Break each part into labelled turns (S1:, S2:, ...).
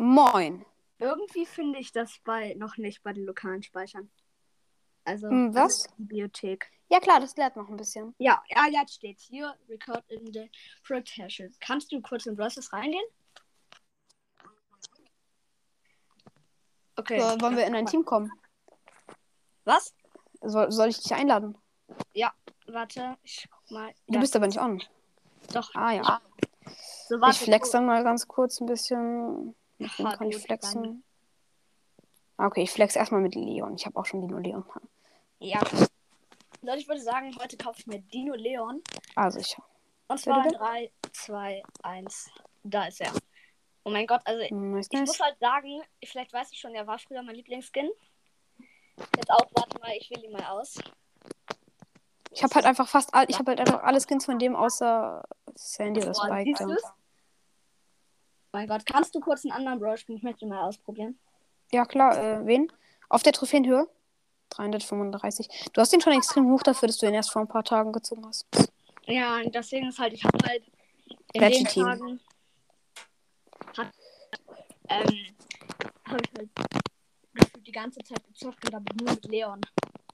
S1: Moin.
S2: Irgendwie finde ich das bei noch nicht bei den lokalen Speichern. Also
S1: Hm, was?
S2: Bibliothek.
S1: Ja klar, das lernt noch ein bisschen.
S2: Ja, ja, jetzt steht hier Record in the Protection. Kannst du kurz in Browsers reingehen? Okay.
S1: So, wollen wir in ein Team kommen?
S2: Was?
S1: Soll, soll ich dich einladen?
S2: Warte, ich guck mal.
S1: Du
S2: Ja,
S1: bist aber nicht on.
S2: doch.
S1: Ah ja.
S2: So, warte,
S1: ich flex dann mal ganz kurz ein bisschen. Mit wem
S2: Ah,
S1: kann ich
S2: gut,
S1: flexen? Ah, Okay, ich flex erstmal mit Leon. Ich habe auch schon Dino Leon.
S2: Ja. Leute, ich würde sagen, heute kaufe ich mir Dino Leon.
S1: Also ich.
S2: Und zwar
S1: Bitte?
S2: 3, 2, 1. Da ist er. Oh mein Gott, also ich
S1: Nice,
S2: muss
S1: nice.
S2: halt sagen, vielleicht weißt du schon, er war früher mein Lieblingsskin. Jetzt auch, warte mal, ich wähle ihn mal aus. Oh
S1: Ich habe halt einfach fast all, ich habe halt einfach alle Skins von dem außer Sandy oder
S2: Boah,
S1: Spike.
S2: siehst
S1: dann.
S2: du's? Mein Gott, kannst du kurz einen anderen Brawl spielen? Ich möchte ihn mal ausprobieren.
S1: Ja klar, äh, wen? Auf der Trophäenhöhe? 335. Du hast ihn schon extrem hoch dafür, dass du ihn erst vor ein paar Tagen gezogen hast.
S2: Ja, und deswegen ist halt, ich habe halt in
S1: Welchen
S2: den
S1: Team?
S2: Tagen hat, ähm, habe ich halt gefühlt die ganze Zeit gezockt und aber nur mit Leon.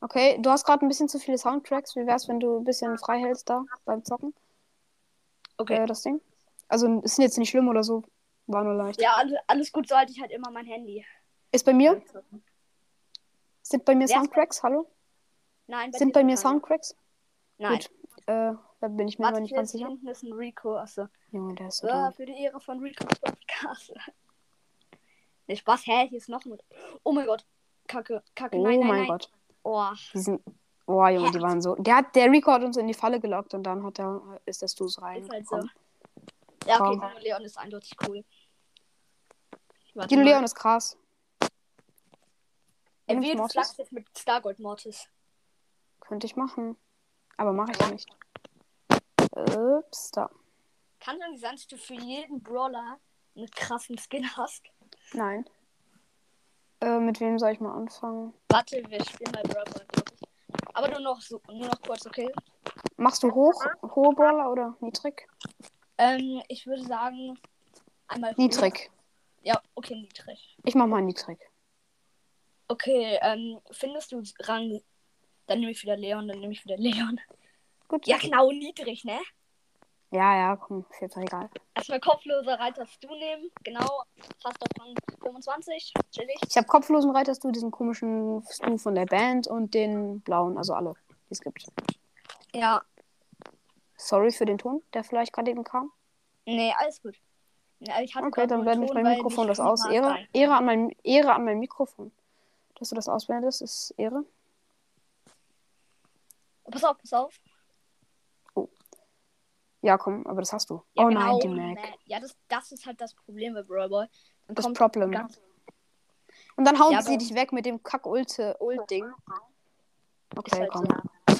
S1: Okay, du hast gerade ein bisschen zu viele Soundtracks. Wie wär's, wenn du ein bisschen frei hältst da beim Zocken?
S2: Okay.
S1: Äh, das Ding. Also es sind jetzt nicht schlimm oder so. War nur leicht.
S2: Ja, alles, alles gut, so halte ich halt immer mein Handy.
S1: Ist bei mir? Sind bei mir
S2: Wer ist
S1: Soundtracks? Hallo?
S2: Nein,
S1: Sind
S2: dir
S1: bei mir
S2: keine.
S1: Soundtracks?
S2: Nein.
S1: Gut. Äh, da bin ich mir
S2: Warte,
S1: aber nicht
S2: hier
S1: ganz
S2: ist-
S1: sicher.
S2: hinten ist ein Rico. Achso.
S1: Junge, der ist so
S2: So,
S1: dumm.
S2: für die Ehre von Rico's Podcast. Nee, Spaß. Hä, hier ist noch ein. Oh mein Gott. Kacke, kacke,
S1: Oh
S2: nein, nein,
S1: mein
S2: nein.
S1: Gott.
S2: Oh,
S1: Die sind. Oh, Junge, die waren so. Der, hat, der Rico hat uns in die Falle gelockt und dann hat er, ist das Du rein.
S2: ist halt so. Ja, okay,
S1: Komm.
S2: Dino Leon ist eindeutig cool. Warte
S1: Dino
S2: mal.
S1: Leon ist krass.
S2: Ey,
S1: Nimmst
S2: wen
S1: Mortis?
S2: flachst jetzt mit Stargold Mortis?
S1: Könnte ich machen. Aber mache ich nicht. Ups, da.
S2: Kann doch nicht sein, dass du für jeden Brawler einen krassen Skin hast.
S1: Nein. Äh, mit wem soll ich mal anfangen?
S2: Warte, wir spielen mal Brawl Ball, glaub ich. Aber nur noch, so, nur noch kurz, okay?
S1: Machst du hoch, hohe Brawler oder niedrig?
S2: Ähm, ich würde sagen, einmal.
S1: Niedrig.
S2: Ja, okay, niedrig.
S1: Ich mach mal niedrig.
S2: Okay, ähm, findest du Rang. Dann nehme ich wieder Leon, dann nehme ich wieder Leon.
S1: Gut.
S2: Ja, genau, niedrig, ne?
S1: Ja, ja, komm, ist jetzt egal.
S2: Erstmal kopfloser Reiter du nehmen. Genau, fast auf Rang 25. Chillig.
S1: Ich habe kopflosen Reiter, du diesen komischen Stu von der Band und den blauen, also alle, die es gibt.
S2: Ja,
S1: Sorry für den Ton, der vielleicht gerade eben kam.
S2: nee, alles gut. Ja, ich hatte
S1: Okay,
S2: grad
S1: dann
S2: nur
S1: blende ich
S2: Ton,
S1: mein
S2: weil
S1: Mikrofon
S2: nicht
S1: das
S2: viel
S1: aus.
S2: war
S1: Ehre,
S2: rein.
S1: Ehre, an mein, Ehre an mein Mikrofon. Dass du das ausblendest, ist Ehre.
S2: Oh, pass auf, pass auf.
S1: Ja, komm, aber das hast du.
S2: Ja,
S1: oh
S2: genau,
S1: nein, die Mac.
S2: Mac. Ja, das, das ist halt das Problem bei Brawl Ball. Dann
S1: Das
S2: kommt
S1: Problem.
S2: ganz-
S1: Und dann hauen
S2: Ja,
S1: sie
S2: aber-
S1: dich weg mit dem Kack-Ulte-Ult-Ding.
S2: Ist
S1: Okay,
S2: halt
S1: komm.
S2: so.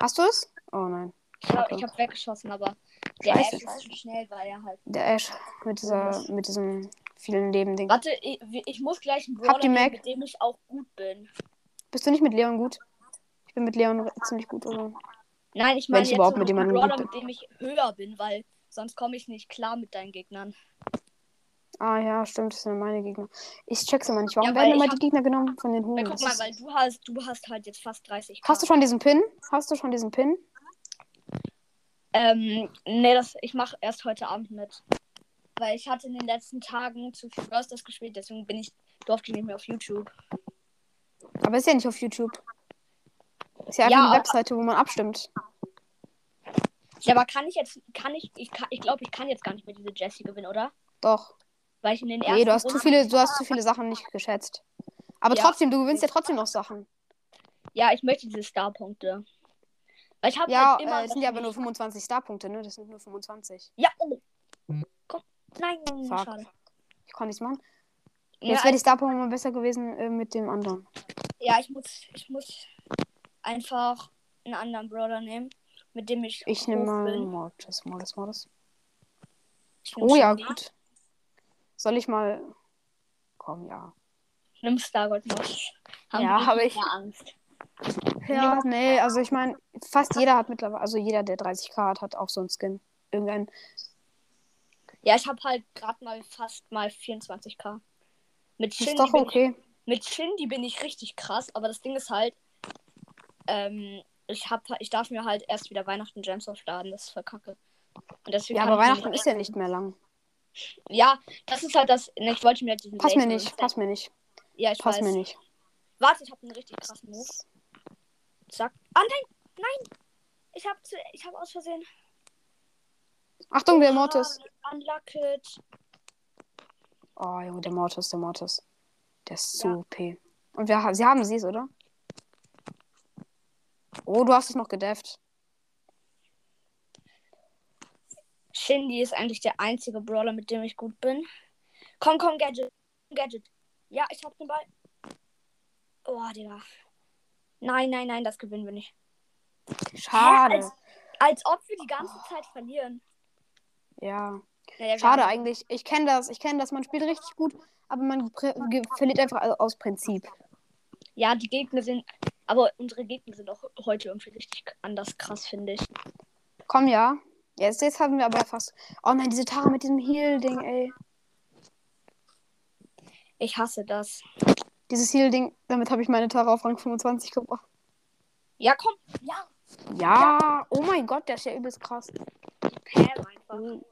S1: Hast du es? Oh nein.
S2: Ich glaube,
S1: Kacke.
S2: ich habe weggeschossen, aber der Ash
S1: Scheiße.
S2: ist zu schnell, weil er halt.
S1: Der Ash mit, dieser, mit diesem vielen Leben-Ding.
S2: Warte, ich, ich muss gleich einen
S1: Habt
S2: Brawler
S1: ihr
S2: nehmen,
S1: Mac?
S2: mit dem ich auch gut bin.
S1: Bist du nicht mit Leon gut? Ich bin mit Leon re- ziemlich gut. Oder?
S2: Nein, ich
S1: Wenn
S2: meine
S1: ich
S2: jetzt
S1: überhaupt
S2: so
S1: mit
S2: einen
S1: jemandem
S2: Brawler,
S1: gut
S2: mit dem ich höher bin, weil sonst komme ich nicht klar mit deinen Gegnern.
S1: Ah ja, stimmt, das sind meine Gegner. Ich check's immer nicht. Warum
S2: Ja, weil
S1: werden
S2: ich
S1: immer
S2: hab-
S1: die Gegner genommen von den
S2: Weil,
S1: Huren?
S2: Äh, guck
S1: Oh, Das
S2: mal,
S1: ist-
S2: weil du hast, du hast halt jetzt fast 30
S1: Hast du schon diesen Pin? Hast du schon diesen Pin?
S2: Ähm, nee, das, ich mache erst heute Abend mit. Weil ich hatte in den letzten Tagen zu viel Rosters gespielt, deswegen bin ich, durfte ich nicht mehr auf YouTube.
S1: Aber ist ja nicht auf YouTube. Ist ja
S2: Ja,
S1: einfach eine
S2: aber-
S1: Webseite, wo man abstimmt.
S2: Ja, aber kann ich jetzt, kann ich, ich, kann- ich glaube, ich kann jetzt gar nicht mehr diese Jessie gewinnen, oder?
S1: Doch.
S2: Weil ich in den ersten
S1: Nee, du hast zu
S2: Runden-
S1: viele, du hast zu viele Sachen nicht geschätzt. Aber
S2: Ja.
S1: trotzdem, du gewinnst ja trotzdem noch Sachen.
S2: Ja, ich möchte diese Starpunkte. Weil ich habe
S1: Ja,
S2: halt immer.
S1: äh, es
S2: noch
S1: sind ja aber nur
S2: nicht-
S1: 25 Starpunkte, ne? Das sind nur 25.
S2: Ja, oh. Komm. Nein,
S1: Fuck.
S2: schade.
S1: Ich kann nichts machen.
S2: Ja,
S1: Jetzt wäre die Starpunkte mal besser gewesen äh, mit dem anderen.
S2: ja, ich muss, ich muss einfach einen anderen Brawler nehmen, mit dem ich.
S1: Ich nehme
S2: hoch
S1: mal
S2: bin.
S1: Mordes, Mordes, Mordes.
S2: Ich nehm
S1: Oh ja,
S2: Shelly.
S1: gut. Soll ich mal. Komm, ja.
S2: Ich nehme Stargold Mosh.
S1: Ja,
S2: die
S1: hab ich.
S2: mehr Angst.
S1: Ja, nee, also ich meine, fast jeder hat mittlerweile, also jeder, der 30k hat, hat auch so einen Skin. Irgendein.
S2: Ja, ich habe halt gerade mal fast mal 24k. Mit
S1: Ist
S2: Shindy,
S1: doch
S2: bin ich,
S1: okay.
S2: mit Shindy bin ich richtig krass, aber das Ding ist halt, ähm, ich, hab, ich darf mir halt erst wieder Weihnachten Gems aufladen, das ist voll kacke. Und deswegen
S1: Ja,
S2: kann
S1: aber
S2: ich mir
S1: Weihnachten
S2: nicht-
S1: ist ja nicht mehr lang.
S2: Ja, das ist halt das. Ne, ich wollte mir diesen
S1: Pass mir
S2: Lazy
S1: nicht,
S2: Sunset-
S1: pass mir nicht,
S2: Ja, ich
S1: pass
S2: weiß.
S1: mir nicht.
S2: Warte, ich habe einen richtig krassen Move. Zack. Ah, nein, nein. Ich habe ich hab aus Versehen.
S1: Achtung, der Mortis.
S2: Ah, Unlucked.
S1: Oh, Junge, der Mortis, der Mortis. Der ist so
S2: Ja.
S1: OP. Und wir, ha- sie haben sie, oder? Oh, du hast es noch gedefft.
S2: Shindy ist eigentlich der einzige Brawler, mit dem ich gut bin. Komm, komm, Gadget. Gadget. Ja, ich hab den Ball. Oh, Digga. Nein, nein, nein, das gewinnen wir nicht. Hä?
S1: Schade.
S2: Als, als ob wir die ganze Zeit verlieren.
S1: Ja.
S2: Naja, wir
S1: Schade
S2: haben-
S1: eigentlich. Ich kenne das, ich kenne das. Man spielt richtig gut, aber man pr- ge- verliert einfach au- aus Prinzip.
S2: Ja, die Gegner sind. Aber unsere Gegner sind auch heute irgendwie richtig anders krass, finde ich.
S1: Komm, ja. Jetzt, jetzt haben wir aber fast. Oh nein, diese Tara mit diesem Heal-Ding, ey.
S2: Ich hasse das.
S1: Dieses Heal-Ding, damit habe ich meine Tara auf Rang 25 gebracht.
S2: Ja, komm. Ja.
S1: Ja, oh mein Gott, der ist ja übelst krass.
S2: Pam einfach.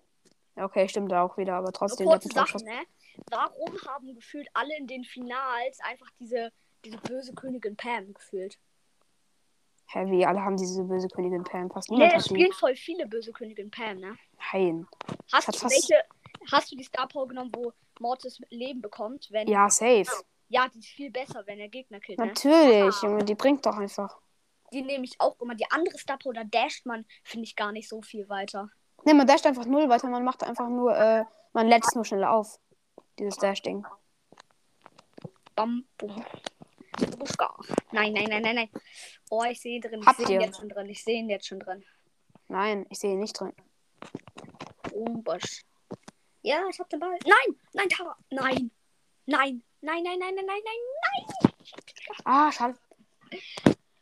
S1: Ja, okay, stimmt da auch wieder, aber trotzdem.
S2: Kurze
S1: letzten Torschuss.
S2: Sache, ne? Warum haben gefühlt alle in den Finals einfach diese, diese böse Königin Pam gefühlt?
S1: Heavy, alle haben diese böse Königin Pam. Fast
S2: Ne,
S1: niemand
S2: es
S1: hat die.
S2: spielen voll viele böse Königin Pam, ne?
S1: Nein.
S2: Hast
S1: Hat
S2: du
S1: fast-
S2: welche, hast du die Star Power genommen, wo Mortis Leben bekommt, wenn.
S1: Ja, safe.
S2: Ja, die ist viel besser, wenn er Gegner killt, ne?
S1: Natürlich, Junge, die bringt doch einfach.
S2: Die nehme ich auch immer. Die andere Star Power, da dasht man, finde ich gar nicht so viel weiter.
S1: Ne, man dasht einfach null weiter, man macht einfach nur, äh, man lädt es nur schnell auf. Dieses Dash-Ding.
S2: Bam, bum. Buschka. Nein, nein, nein, nein, nein. Oh, ich sehe ihn drin.
S1: Habt
S2: ich sehe ihn
S1: ihr?
S2: jetzt schon drin. Ich sehe ihn jetzt schon drin.
S1: Nein, ich sehe ihn nicht drin.
S2: Rumbosch. Ja, ich hab den Ball. Nein, nein, Tara. Nein. Nein, nein, nein, nein, nein, nein, nein.
S1: Ah, schade.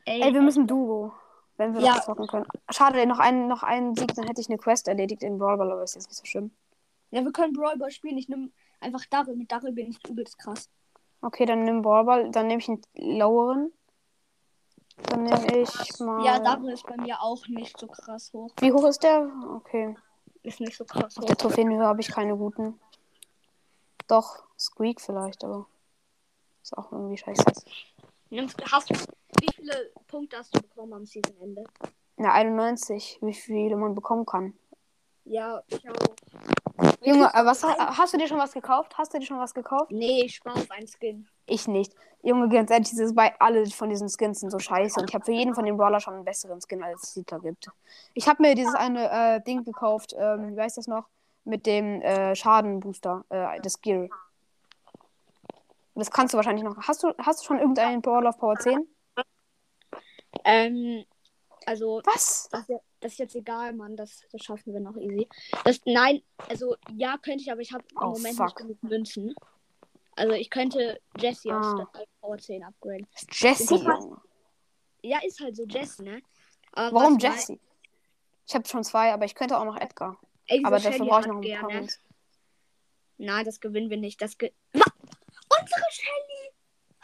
S2: Ey,
S1: Ey, wir müssen Duo. Wenn wir
S2: Ja.
S1: das zocken können. Schade, noch einen, noch einen Sieg, dann hätte ich eine Quest erledigt in Brawl Ball, aber ist jetzt nicht so schlimm.
S2: ja, wir können Brawl Ball spielen. Ich nehme einfach Daryl. Mit Daryl bin ich übelst krass.
S1: Okay, dann nimm Brawl Ball, dann nehme ich einen loweren. Dann nehme ich mal.
S2: Ja, Daryl ist bei mir auch nicht so krass hoch.
S1: Wie hoch ist der? Okay.
S2: Ist nicht so krass
S1: Auf
S2: hoch.
S1: der Trophäenhöhe habe ich keine guten. Doch, Squeak vielleicht, aber. Ist auch irgendwie scheiße.
S2: Nimmst, hast, wie viele Punkte hast du bekommen am Seasonende?
S1: Na, 91, wie viele man bekommen kann.
S2: Ja, ich auch.
S1: Junge, äh, was, hast du dir schon was gekauft? Hast du dir schon was gekauft?
S2: Nee, ich spare auf einen Skin.
S1: Ich nicht. Junge, ganz ehrlich, dieses bei alle von diesen Skins sind so scheiße. Und ich habe für jeden von den Brawler schon einen besseren Skin, als es Sita gibt. Ich habe mir dieses eine äh, Ding gekauft, ähm, wie heißt das noch? Mit dem äh, Schadenbooster, äh, das Gear. Und das kannst du wahrscheinlich noch. Hast du, hast du schon irgendeinen Brawler auf Power 10?
S2: Ähm, also,
S1: Was?
S2: Das, ist ja- das ist jetzt egal, Mann. Das, das schaffen wir noch easy. Das, nein, also ja, könnte ich, aber ich habe im
S1: Oh,
S2: Moment
S1: fuck.
S2: nicht genug Münzen. Also ich könnte Jesse
S1: Ah.
S2: auf auf Power 10 upgraden.
S1: Jesse,
S2: Guck mal.
S1: Junge.
S2: Ja, ist halt so Jesse, ne? Aber
S1: Warum
S2: was mal-
S1: Jesse? Ich habe schon zwei, aber ich könnte auch noch Edgar.
S2: Ey,
S1: Aber dafür brauche ich noch ein
S2: gerne.
S1: paar Wins.
S2: Nein, das gewinnen wir nicht. Das ge Wa- Unsere Shelly!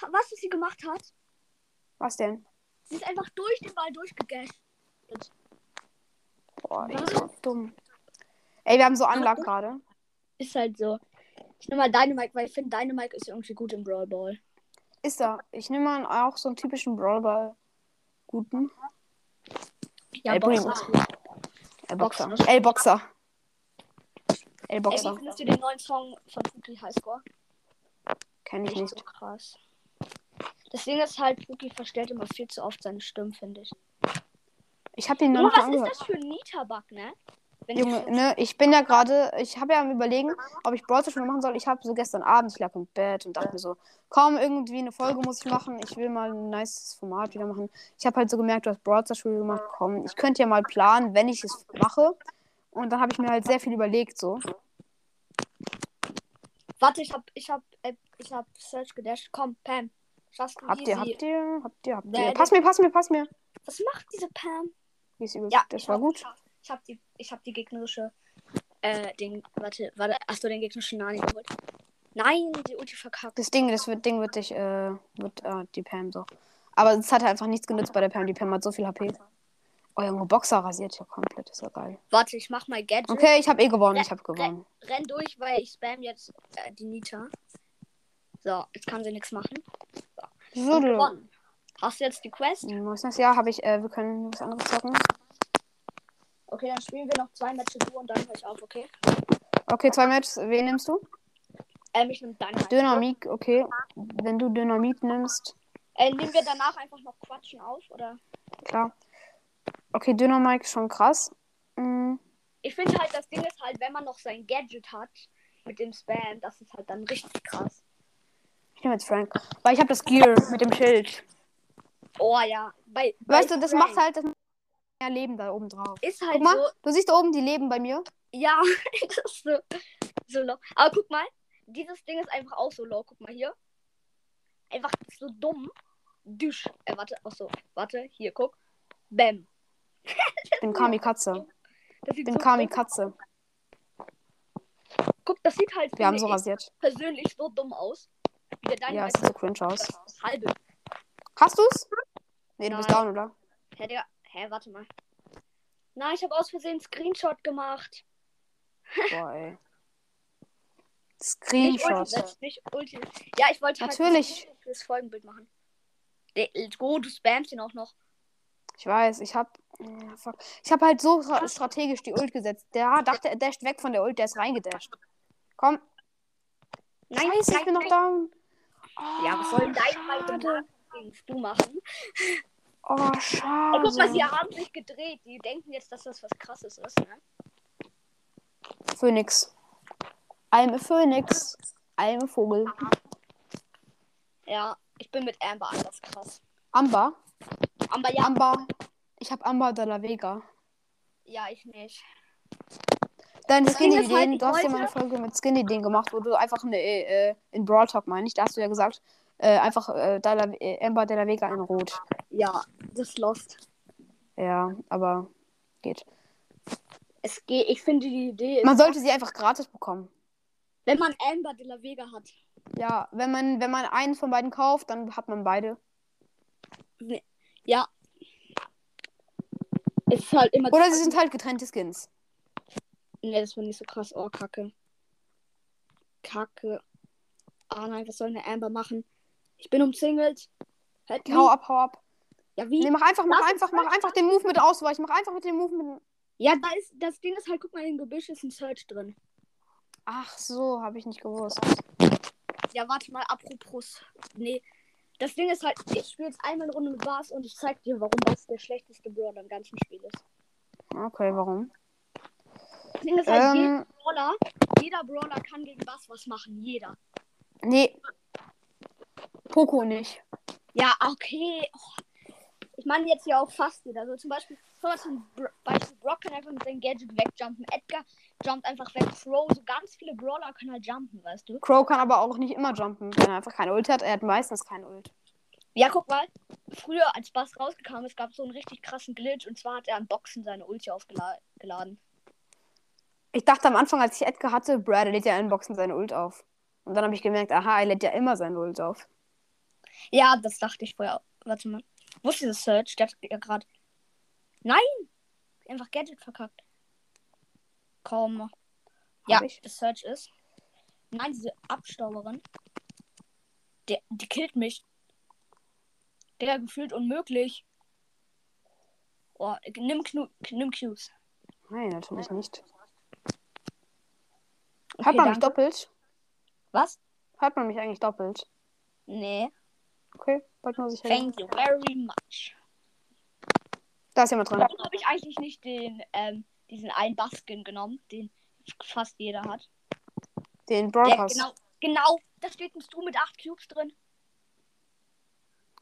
S2: Ha- Was sie gemacht hat?
S1: Was denn?
S2: Sie ist einfach durch den Ball durchgegasht.
S1: Boah, ich
S2: Was?
S1: bin so dumm. Ey, wir haben so Anlag gerade.
S2: Ist halt so. Ich nehme mal Dynamite, weil ich finde, Dynamite ist irgendwie gut im Brawl Ball.
S1: Ist da. Ich nehme mal auch so einen typischen Brawlball. Guten.
S2: Ja,
S1: Ey,
S2: Boxer.
S1: bring- L Äh, Boxer.
S2: Boxer.
S1: L Boxer. L
S2: Ey,
S1: Boxer.
S2: wie findest du den neuen Song von Fuki Highscore?
S1: Kenn ich
S2: Nicht
S1: nicht.
S2: so krass. Das Ding ist halt, Fuki verstellt immer viel zu oft seine Stimme, finde ich.
S1: Ich habe ihn noch
S2: Junge,
S1: nicht
S2: was ist
S1: angehört.
S2: das für ein Nieterbug, ne? Wenn ich
S1: Junge,
S2: schon-
S1: ne, ich bin ja gerade, ich habe ja am überlegen, ob ich Brawl Stars schon machen soll. Ich habe so gestern Abend, ich lag im Bett und dachte mir so, komm, irgendwie eine Folge muss ich machen. Ich will mal ein nices Format wieder machen. Ich habe halt so gemerkt, du hast Brawl Stars schon gemacht, komm, ich könnte ja mal planen, wenn ich es mache. Und dann habe ich mir halt sehr viel überlegt, so.
S2: Warte, ich hab, ich hab, äh, ich hab Search gedasht. Komm, Pam. Schaffst du
S1: Habt
S2: easy.
S1: ihr, habt ihr, habt ihr, habt
S2: Nee,
S1: ihr.
S2: nee.
S1: Pass mir, pass mir, pass mir.
S2: Was macht diese Pam?
S1: Die ist übel.
S2: Ja,
S1: das
S2: ich
S1: war
S2: hab-
S1: gut.
S2: Ich hab die, ich hab die gegnerische Äh, den. Warte, warte. Achso, den gegnerischen Nani geholt. Nein, die Ulti verkackt.
S1: Das Ding, das wird, Ding wird dich, äh, wird, äh, die Pam so. Aber es hat halt einfach nichts genützt bei der Pam. Die Pam hat so viel HP. Oh, Junge, Boxer rasiert hier komplett. Ist ja geil.
S2: Warte, ich mach mal Gadget.
S1: Okay, ich habe eh gewonnen. Ich habe gewonnen.
S2: Renn durch, weil ich spam jetzt äh, die Nita. So, jetzt kann sie nichts machen.
S1: So, du.
S2: Gewonnen. Hast du jetzt die Quest?
S1: Was ist das? Ja, habe ich, äh, wir können was anderes zocken.
S2: Okay, dann spielen wir noch zwei Matches Duo und dann höre ich auf, okay?
S1: Okay, zwei Matches. Wen nimmst du?
S2: Ähm, ich nehm Dynamite.
S1: Dynamit, okay. Wenn du Dynamit nimmst,
S2: Äh, nehmen wir danach einfach noch Quatschen auf, oder?
S1: klar. Okay, Dynamite ist schon krass. Mm,
S2: Ich finde halt, das Ding ist halt, wenn man noch sein Gadget hat mit dem Spam, das ist halt dann richtig krass.
S1: Ich nehme jetzt Frank. Weil ich habe das Gear mit dem Schild.
S2: Oh ja, bei, bei
S1: Weißt du, das
S2: Frank
S1: macht halt das macht mehr Leben da oben drauf.
S2: Ist
S1: Guck
S2: halt
S1: mal,
S2: so.
S1: du siehst da oben die Leben bei mir.
S2: Ja, das ist so, so low. Aber guck mal, dieses Ding ist einfach auch so low. Guck mal hier. Einfach so dumm. Düsch. Äh, warte, achso, warte, hier, guck. Bäm.
S1: Ich bin Kamikaze.
S2: Das sieht
S1: Ich bin
S2: so
S1: Kamikaze.
S2: Guck, das sieht halt
S1: Wir haben so
S2: finde ich,
S1: rasiert.
S2: persönlich so dumm aus. Wie der deine
S1: Ja, es sieht so cringe aus.
S2: halbe.
S1: Hast du's? Nee, du bist
S2: Nein.
S1: down, oder?
S2: Hä, Digga. Hä, warte mal. Na, ich habe aus Versehen Screenshot gemacht.
S1: Boah, ey.
S2: Nicht Ulti,
S1: Screenshot.
S2: setzen, nicht Ulti. Ja, ich wollte
S1: Natürlich.
S2: halt das Folgenbild machen. Der- Let's go, du spamst ihn auch noch.
S1: Ich weiß, ich hab. Ah, Fuck. Ich hab halt so stra- strategisch die Ult gesetzt. Der dachte, er dasht weg von der Ult, der ist reingedasht. Komm.
S2: Nein,
S1: Scheiße,
S2: nein,
S1: ich bin
S2: nein.
S1: noch down.
S2: Ja, was soll denn dein
S1: schade.
S2: Meinung du machen?
S1: Oh,
S2: Und guck mal, sie
S1: schade.
S2: haben sich gedreht. Die denken jetzt, dass das was krasses ist, ne?
S1: Phoenix. I'm a Phoenix. I'm a Vogel.
S2: Ja, ich bin mit Amber anders krass.
S1: Amber.
S2: Amber, ja,
S1: Amber. Ich hab Amber de la Vega.
S2: ja, ich nicht.
S1: Dein
S2: Das Ding
S1: Skinny
S2: ist halt,
S1: Ding,
S2: ich
S1: du hast ja
S2: wollte-
S1: mal eine Folge mit Skinny Ding gemacht, wo du einfach eine, äh, in Brawl Talk meine ich, da hast du ja gesagt, äh, einfach äh, De La- äh, Amber de la Vega in Rot.
S2: Ja, das ist Lost.
S1: Ja, aber geht.
S2: Es geht, ich finde die Idee, ist,
S1: Man sollte sie einfach gratis bekommen.
S2: wenn man Amber de la Vega hat.
S1: Ja, wenn man, wenn man einen von beiden kauft, dann hat man beide.
S2: Ja. Es ist halt immer.
S1: Oder sie sind halt getrennte Skins.
S2: Nee, das war nicht so krass. Oh, kacke. Kacke. Ah nein, was soll eine Amber machen? Ich bin um umzingelt. Halt
S1: Hau ab, hau ab.
S2: Ja, wie?
S1: Nee, mach einfach, mach
S2: Hm. Lass uns
S1: einfach, mach einfach den Move mit Ausweich. Mach einfach mit dem Move mit.
S2: Ja, da ist, das Ding ist halt, guck mal, im Gebüsch ist ein Search drin.
S1: Ach so, habe ich nicht gewusst.
S2: Ja, warte mal, apropos. Nee. Das Ding ist halt, ich spiele jetzt einmal eine Runde mit Bas und ich zeig dir, warum das der schlechteste Brawler im ganzen Spiel ist.
S1: Okay, warum?
S2: Das Ding ist halt, jeder,
S1: Ähm,
S2: Brawler, jeder Brawler kann gegen Bas was machen. Jeder.
S1: nee. Poco nicht.
S2: Ja, okay. Oh. Ich meine jetzt hier auch fast wieder. So zum Beispiel, guck mal, zum Bro Beispiel Brock kann einfach mit seinem Gadget wegjumpen. Edgar jumpt einfach weg. Crow, so ganz viele Brawler können halt jumpen, weißt du?
S1: Crow kann aber auch nicht immer jumpen, wenn er einfach keine Ult hat. Er hat meistens keine Ult.
S2: Ja, guck mal. Früher, als Bass rausgekommen ist, gab es so einen richtig krassen Glitch. Und zwar hat er an Boxen seine Ulti aufgeladen.
S1: Ich dachte am Anfang, als ich Edgar hatte, Brad, er lädt ja in Boxen seine Ult auf. Und dann habe ich gemerkt, aha, er lädt ja immer seine Ult auf.
S2: Ja, das dachte ich vorher. auch. Warte mal. Wo ist dieses Search? Der hat ja gerade. Nein! Einfach Gadget verkackt. Kaum. Ja,
S1: ich?
S2: das Search ist. Nein, diese Abstauberin. Der, die killt mich. Der gefühlt unmöglich. Oh, nimm, Knu nimm Qs.
S1: Nein, natürlich nicht.
S2: Okay,
S1: Hört man mich
S2: danke.
S1: doppelt?
S2: Was?
S1: Hört man mich eigentlich doppelt?
S2: Nee.
S1: Okay, wollte nur sicher. gehen.
S2: Thank you very much.
S1: Da ist jemand drin.
S2: Warum habe ich eigentlich nicht den, ähm, diesen einen Baskin genommen, den fast jeder hat?
S1: Den
S2: Ja,
S1: Broadcast.
S2: genau, genau. Da steht ein Stu mit 8 Cubes drin.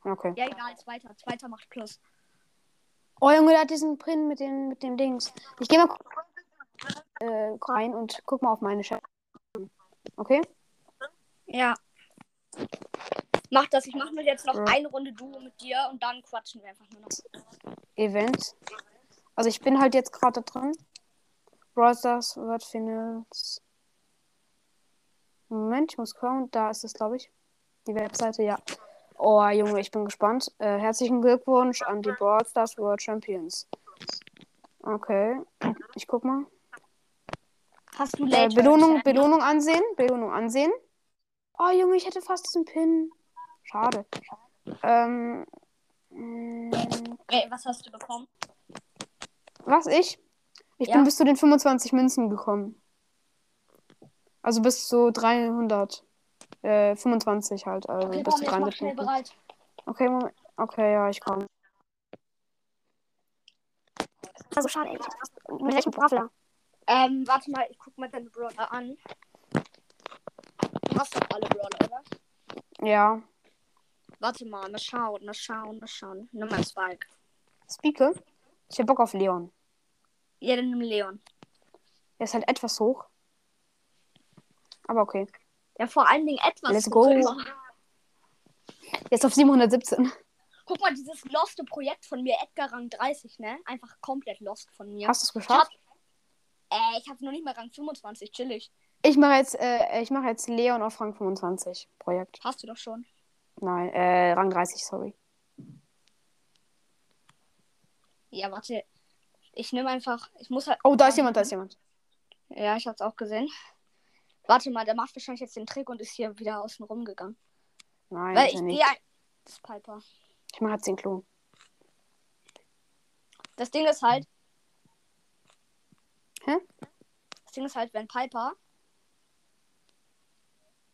S1: Okay.
S2: genau. Ja, egal, zweiter. Zweiter macht Plus.
S1: Oh Junge, der hat diesen Print mit den mit dem Dings. Ich gehe mal kurz, äh, rein und guck mal auf meine Chat. Okay?
S2: Ja. Mach das. Ich mache mir jetzt noch
S1: Ja.
S2: eine Runde Duo mit dir und dann quatschen wir einfach nur noch.
S1: Event. Also ich bin halt jetzt gerade drin. Brawl Stars World Finals. Moment, ich muss gucken. Da ist es, glaube ich. Die Webseite, ja. Oh, Junge, ich bin gespannt. Äh, herzlichen Glückwunsch an die Brawl Stars World Champions. Okay, ich guck mal.
S2: Hast du
S1: Äh,
S2: Late
S1: Belohnung,
S2: Round?
S1: Belohnung ansehen. Belohnung ansehen. Oh, Junge, ich hätte fast diesen Pin. Schade. Ähm, äh, mh,
S2: Ey, was hast du bekommen?
S1: was ich? Ich
S2: Ja.
S1: bin bis zu den 25 Münzen gekommen. Also bis zu 300. Äh, 25 halt. Also
S2: Okay,
S1: bis
S2: komm,
S1: zu
S2: jetzt mach
S1: 300
S2: schnell
S1: Münzen.
S2: bereit.
S1: Okay, Moment. Okay, ja, ich komme.
S2: Das war so schade, ey. Also Mit welchem Brawler? Ähm, warte mal, ich guck mal deine Brawler an. Du hast doch alle Brawler, oder?
S1: Ja.
S2: Warte mal, mal schauen, mal schauen, mal schauen. Nimm mal Spike.
S1: Spieke? Ich hab Bock auf Leon.
S2: Ja, dann nimm Leon.
S1: Er ist halt etwas hoch. Aber okay.
S2: Ja, vor allen Dingen etwas.
S1: Let's
S2: hoch.
S1: go. Er ist auf 717.
S2: Guck mal, dieses loste Projekt von mir, Edgar Rang 30, ne? Einfach komplett lost von mir.
S1: Hast du es geschafft?
S2: Äh, ich hatte noch nicht mal Rang 25, chillig.
S1: Ich mache jetzt, äh, ich mache jetzt Leon auf Rang 25 Projekt.
S2: Hast du doch schon.
S1: Nein, äh, Rang 30, sorry.
S2: Ja, warte. Ich nehme einfach. Ich muss halt.
S1: Oh, da ist jemand, da ist jemand.
S2: Ja, ich hab's auch gesehen. Warte mal, der macht wahrscheinlich jetzt den Trick und ist hier wieder außen rum gegangen.
S1: Nein,
S2: Weil
S1: ist
S2: ich
S1: er
S2: gehe
S1: nicht.
S2: ein. Das ist Piper.
S1: Ich mache jetzt den Klon.
S2: Das Ding ist halt.
S1: Hä?
S2: Das Ding ist halt, wenn Piper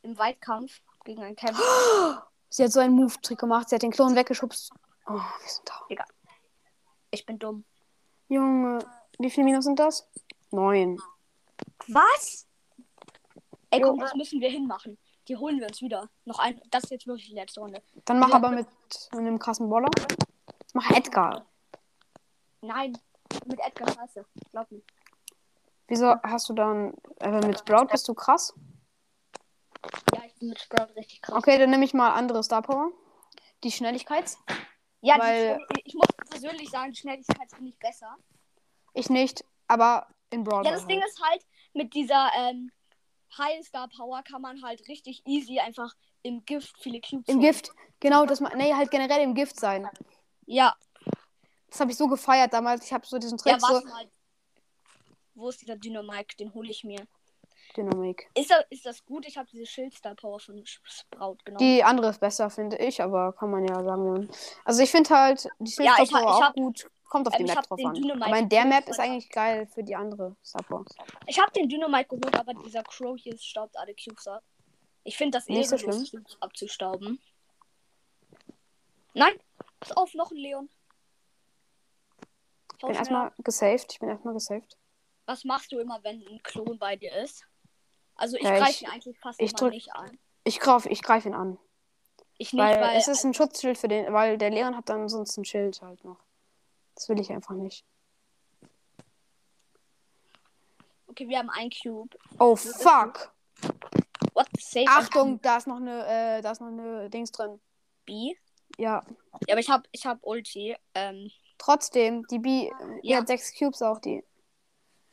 S2: im Weitkampf gegen einen Kämpfer.
S1: Sie hat so einen Move-Trick gemacht. Sie hat den Klon weggeschubst. Oh, wir sind da.
S2: Ich bin dumm.
S1: Junge, wie viele Minus sind das? Neun.
S2: Was? Ey, komm,
S1: Junge.
S2: das müssen wir hinmachen. Die holen wir uns wieder. Noch ein. Das ist jetzt wirklich die letzte Runde.
S1: Dann mach aber mit einem krassen Boller. Mach Edgar.
S2: Nein, mit Edgar Scheiße. Glaub mir.
S1: Wieso hast du dann. Aber mit Sprout bist du krass?
S2: Ja, ich bin mit Sprout richtig krass.
S1: Okay, dann nehme ich mal andere Star Power. Die Schnelligkeit.
S2: Ja, die
S1: Weil-
S2: Schnell- ich muss persönlich sagen, Schnelligkeit finde ich besser.
S1: Ich nicht, aber in Brawl.
S2: Ja, das Ding ist halt, mit dieser ähm, High Star Power kann man halt richtig easy einfach im Gift viele Cubes
S1: Im
S2: holen.
S1: Gift. Genau, das man. Nee, halt generell im Gift sein.
S2: Ja,
S1: Das habe ich so gefeiert damals. Ich habe so diesen Trick
S2: ja, warte
S1: so.
S2: mal. Wo ist dieser Dynamike? Den hole ich mir.
S1: Dynamik.
S2: Ist das, ist das gut? Ich habe diese Schild Star Power von Sch- Sprout genommen.
S1: Die andere ist besser, finde ich, aber kann man ja sagen. wenn- Also ich finde halt, die
S2: Ja,
S1: Star
S2: ich hab-
S1: Power
S2: ich
S1: auch
S2: hab-
S1: gut. Kommt auf
S2: ähm,
S1: die
S2: ich
S1: Map
S2: hab
S1: drauf
S2: den
S1: an.
S2: Dynamite
S1: Aber in der Map
S2: gezogen.
S1: ist eigentlich geil für die andere Star Power.
S2: Ich habe den Dynamite geholt, aber dieser Crow hier staubt alle Cubes ab. Ich finde das
S1: Nicht so
S2: ehrenlos, Cubes abzustauben. Nein, pass auf, noch ein Leon.
S1: Ich
S2: Schau
S1: bin
S2: schneller.
S1: erstmal gesaved. Ich bin erstmal gesaved.
S2: Was machst du immer, wenn ein Klon bei dir ist? Also ich
S1: Ja, ich-
S2: greife ihn eigentlich fast
S1: ich
S2: immer
S1: drück-
S2: nicht an.
S1: Ich greife ich greif ihn an.
S2: Ich nicht,
S1: Weil,
S2: weil,
S1: es ist ein Schutzschild für den, weil der Leon hat dann sonst ein Schild halt noch. Das will ich einfach nicht.
S2: okay, wir haben einen Cube.
S1: Oh fuck!
S2: What the save?
S1: Achtung, da ist noch eine, äh, da ist noch eine Dings drin.
S2: B.
S1: Ja,
S2: Ja, aber ich habe ich hab Ulti. Ähm,
S1: trotzdem, die B, die
S2: Ja.
S1: hat sechs Cubes auch, die.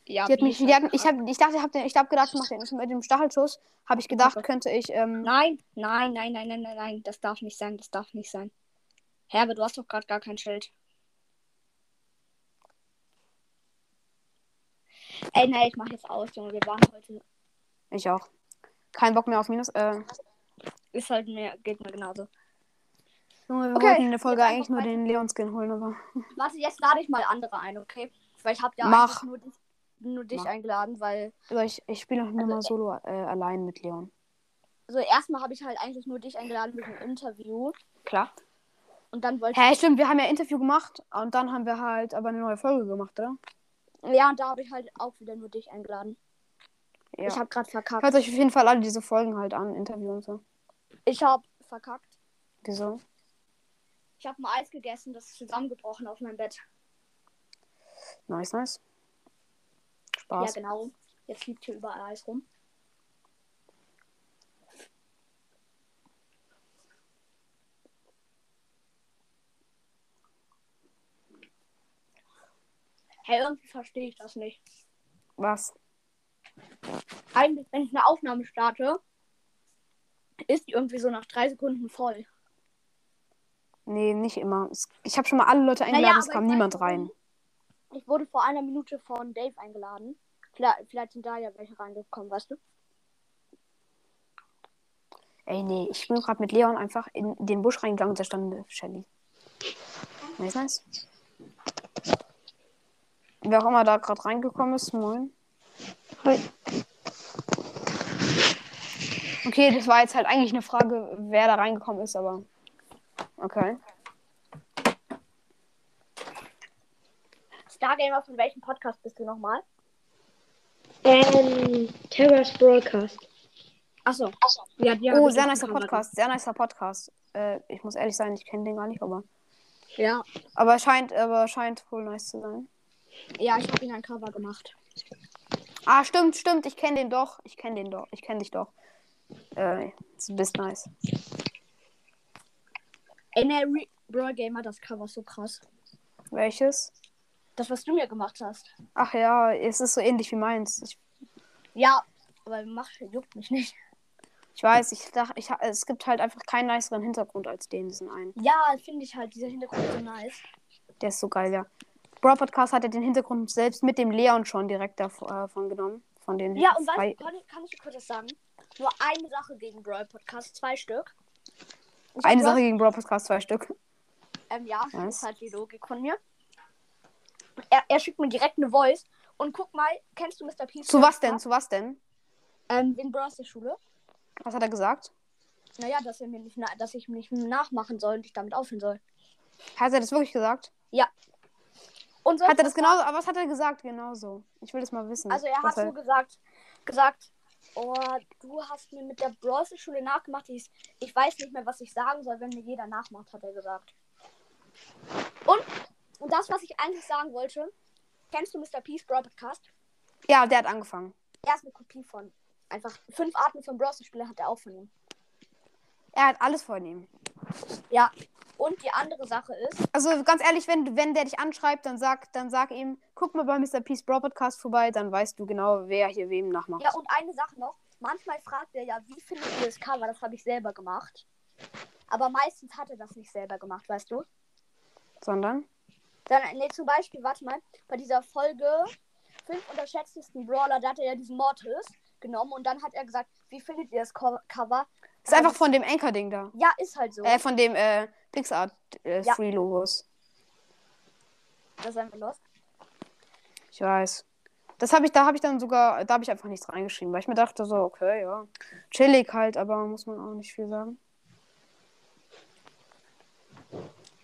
S2: ja,
S1: Die hat
S2: Bee
S1: mich,
S2: ist
S1: die
S2: halt
S1: hat, ich, hab, ich dachte, ich hab, den, ich hab gedacht, ich mach den mit dem Stachelschuss. Habe ich gedacht, könnte ich, ähm,
S2: Nein, nein, nein, nein, nein, nein, nein. Das darf nicht sein, das darf nicht sein. Hä, aber du hast doch gerade gar kein Schild. Ey, nein, ich mach jetzt aus, Junge. Wir waren heute.
S1: ich auch. Kein Bock mehr auf Minus. Äh,
S2: Ist halt mir, geht mir genauso.
S1: Junge, wir
S2: Okay,
S1: wollten in der Folge
S2: jetzt
S1: eigentlich
S2: einfach
S1: nur
S2: weiter.
S1: den Leon-Skin holen, aber.
S2: Warte, jetzt lade ich mal andere ein, okay? Weil ich habe ja
S1: Mach.
S2: eigentlich nur dich, nur dich
S1: Mach.
S2: eingeladen, weil.
S1: aber ich, ich spiele noch nur
S2: Also,
S1: mal solo äh, allein mit Leon.
S2: Also erstmal habe ich halt eigentlich nur dich eingeladen wegen dem Interview.
S1: Klar.
S2: Und dann wollte
S1: Hä, stimmt, wir haben ja Interview gemacht und dann haben wir halt aber eine neue Folge gemacht, oder?
S2: Ja, und da habe ich halt auch wieder nur dich eingeladen.
S1: Ja.
S2: Ich habe gerade verkackt.
S1: Hört euch auf jeden Fall alle diese Folgen halt an, Interview und so.
S2: Ich habe verkackt.
S1: Wieso?
S2: Ich habe mal Eis gegessen, das ist zusammengebrochen auf meinem Bett.
S1: Nice, nice. Spaß.
S2: Ja, genau. Jetzt liegt hier überall Eis rum. Hey, irgendwie verstehe ich das nicht.
S1: Was?
S2: Eigentlich, wenn ich eine Aufnahme starte, ist die irgendwie so nach drei Sekunden voll.
S1: Nee, nicht immer. Es- Ich habe schon mal alle Leute eingeladen, es
S2: aber
S1: kam
S2: ich weiß
S1: niemand
S2: nicht,
S1: rein.
S2: Ich wurde vor einer Minute von Dave eingeladen. Vielleicht, vielleicht sind da ja welche reingekommen, weißt du?
S1: Ey, nee, ich bin gerade mit Leon einfach in den Busch reingegangen und da stand Shelly. Nice, nice. Wer auch immer da gerade reingekommen ist, moin.
S3: Hi.
S1: Okay, das war jetzt halt eigentlich eine Frage, wer da reingekommen ist, aber. Okay.
S2: Stargamer, von welchem Podcast bist du nochmal?
S3: Ähm, Terrors Broadcast.
S2: Achso. Ja, die
S1: oh,
S2: haben-
S1: sehr nicer Podcast, sehr nicer Podcast. Äh, ich muss ehrlich sein, ich kenne den gar nicht, aber.
S2: Ja,
S1: Aber scheint, aber scheint wohl nice zu sein.
S2: ja ich habe ihn ein Cover gemacht.
S1: Ah, stimmt, stimmt. Ich kenne den doch. Ich kenne den doch. Ich kenne dich doch. Äh, du bist nice.
S2: Ey, ne, Re- Brawl Gamer, das Cover ist so krass.
S1: Welches?
S2: Das, was du mir gemacht hast.
S1: Ach ja, es ist so ähnlich wie meins. Ich,
S2: Ja, aber macht, juckt mich nicht.
S1: ich weiß, ich dachte, ich, ha- es gibt halt einfach keinen niceren Hintergrund als den, diesen einen.
S2: Ja, finde ich halt, dieser Hintergrund so nice.
S1: Der ist so geil, ja. Bro Podcast hat ja den Hintergrund selbst mit dem Leon schon direkt davon genommen. Von den
S2: Ja, und
S1: drei-
S2: weißt du, kann, kann ich dir kurz was sagen? Nur eine Sache gegen Brawl Podcast, zwei Stück. Ich
S1: eine
S2: glaub,
S1: Sache gegen Bro Podcast, zwei Stück.
S2: Ähm, ja,
S1: Was?
S2: ist halt die Logik von mir. Er, er schickt mir direkt eine Voice und guck mal, kennst du Mr. Peace?
S1: Zu was denn? Zu was denn?
S2: Ähm, den Bro aus der Schule.
S1: Was hat er gesagt?
S2: Naja, dass, er mir nicht na dass ich mir nicht nachmachen soll und ich damit aufhören soll.
S1: Hat er das wirklich gesagt?
S2: Und so
S1: Hat er das genauso? Aber was hat er gesagt? Genauso. Ich will das mal wissen.
S2: Also er
S1: was
S2: hat so gesagt, gesagt, oh, du hast mir mit der Bronzeschule nachgemacht. Ich, ich weiß nicht mehr, was ich sagen soll, wenn mir jeder nachmacht, hat er gesagt. Und, und das, was ich eigentlich sagen wollte, kennst du Mr. Peace Brawl Podcast?
S1: Ja, der hat angefangen.
S2: Er ist eine Kopie von. Einfach fünf Arten von Bronzeschule hat er auch von ihm.
S1: Er hat alles von ihm.
S2: Ja. Und die andere Sache ist,
S1: Also ganz ehrlich, wenn, wenn der dich anschreibt, dann sag, dann sag ihm, guck mal bei Mr. Peace Bro Podcast vorbei, dann weißt du genau, wer hier wem nachmacht.
S2: ja, und eine Sache noch, manchmal fragt er ja, wie findet ihr das Cover? Das habe ich selber gemacht. Aber meistens hat er das nicht selber gemacht, weißt du?
S1: Sondern?
S2: Dann, nee, zum Beispiel, warte mal, bei dieser Folge fünf unterschätztesten Brawler, da hat er ja diesen Mortis genommen und dann hat er gesagt, wie findet ihr das Co Cover?
S1: Ist einfach von dem Anchor-Ding da.
S2: Ja, ist halt so.
S1: Äh, von dem äh, PixArt äh,
S2: Ja.
S1: Free Logos.
S2: das ist einfach los.
S1: Ich weiß. Das habe ich, da habe ich dann sogar, da habe ich einfach nichts reingeschrieben, weil ich mir dachte so, okay, ja. Chillig halt, aber muss man auch nicht viel sagen.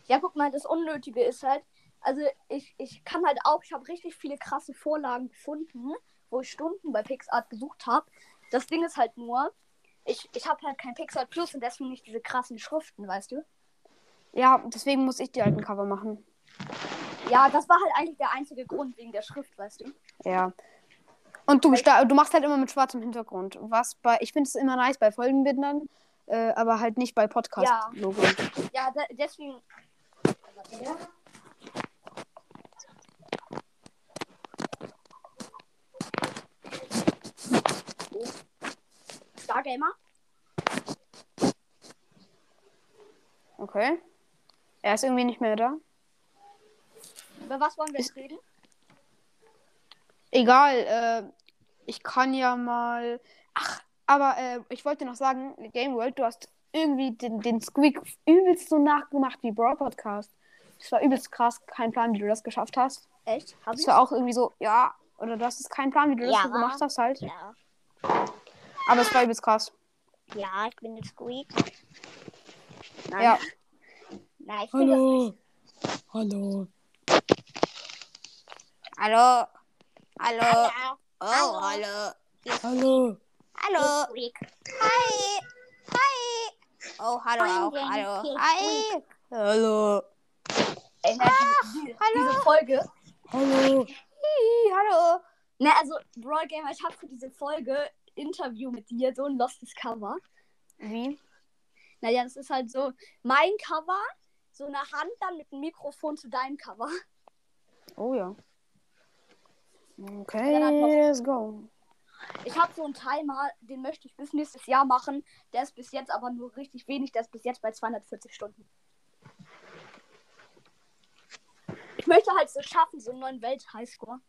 S2: Ja, guck mal, das Unnötige ist halt, also ich, ich kann halt auch, ich habe richtig viele krasse Vorlagen gefunden, wo ich Stunden bei PixArt gesucht habe. Das Ding ist halt nur, ich, ich habe halt kein PixArt Plus und deswegen nicht diese krassen Schriften, weißt du?
S1: Ja, deswegen muss ich die alten Cover machen.
S2: Ja, das war halt eigentlich der einzige Grund wegen der Schrift, weißt du?
S1: Ja. Und du, gesta- du machst halt immer mit schwarzem Hintergrund. Was bei, ich finde es immer nice bei Folgenbildern, äh, aber halt nicht bei Podcast-Logo.
S2: Ja, da, deswegen. Oh. Stargamer?
S1: Okay. Er ist irgendwie nicht mehr da.
S2: Über was wollen wir jetzt reden?
S1: Egal, äh, ich kann ja mal. Ach, aber äh, ich wollte noch sagen, Game World, du hast irgendwie den, den Squeak übelst so nachgemacht wie Brawl Podcast. Das war übelst krass, kein Plan, wie du das geschafft hast.
S2: Echt? Hab
S1: Das war auch irgendwie so, ja, oder du hast es keinen Plan, wie du das
S4: Ja.
S1: so gemacht hast halt.
S4: Ja,
S1: Aber es war übelst krass.
S4: ja, ich bin der Squeak. Nein.
S1: Ja.
S4: Nein, ich bin das nicht.
S3: Hallo.
S1: Hallo. Hallo.
S4: Ja,
S1: Oh,
S4: Hallo.
S3: Hallo.
S4: der Squeak.
S1: Hi. Hi. Oh, hallo
S4: auch. Hallo. Hi.
S1: Hallo.
S2: Ey, ne, diese, diese Folge.
S3: Hallo.
S1: hallo.
S2: Ne, also, Brawl Gamer, ich habe für diese Folge Interview mit dir, so ein lostes Cover.
S1: Wie?
S2: Naja, das ist halt so mein Cover, so eine Hand dann mit einem Mikrofon zu deinem Cover.
S1: Oh ja. Oh Okay, let's go.
S2: Ich habe so einen Timer, den möchte ich bis nächstes Jahr machen. Der ist bis jetzt aber nur richtig wenig. Der ist bis jetzt bei 240 Stunden. Ich möchte halt so schaffen, so einen neuen Welt-Highscore.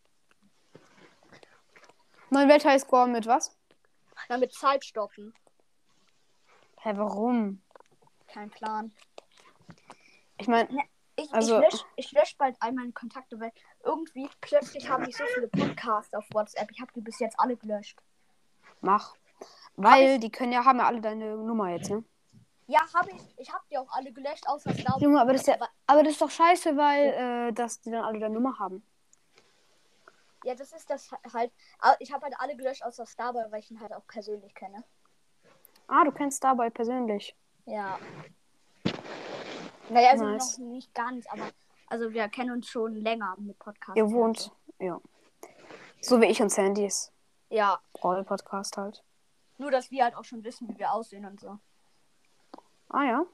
S1: Neuen Welthighscore mit was?
S2: Damit Zeit stoppen.
S1: Hä, warum?
S2: Kein Plan.
S1: Ich meine,
S2: Ich,
S1: Also-
S2: ich lösche ich lösch bald all meine Kontakte, weil irgendwie plötzlich habe ich so viele Podcasts auf WhatsApp. Ich habe die bis jetzt alle gelöscht.
S1: mach. Weil die können ja, haben ja alle deine Nummer jetzt, ne?
S2: Ja, habe ich. Ich habe die auch alle gelöscht, außer Star
S1: Junge, aber das ist ja, aber das ist doch scheiße, weil äh, dass die dann alle deine Nummer haben.
S2: Ja, das ist das halt. Aber Ich habe halt alle gelöscht, außer Starboy, weil ich ihn halt auch persönlich kenne.
S1: Ah, du kennst Starboy persönlich.
S2: Ja. Naja, also
S1: Nice.
S2: noch nicht ganz, aber. Also, wir kennen uns schon länger mit Podcasts.
S1: Ihr wohnt, ja. So wie ich und Sandys.
S2: Ja.
S1: Brawl Podcast halt.
S2: Nur, dass wir halt auch schon wissen, wie wir aussehen und so.
S1: Ah ja.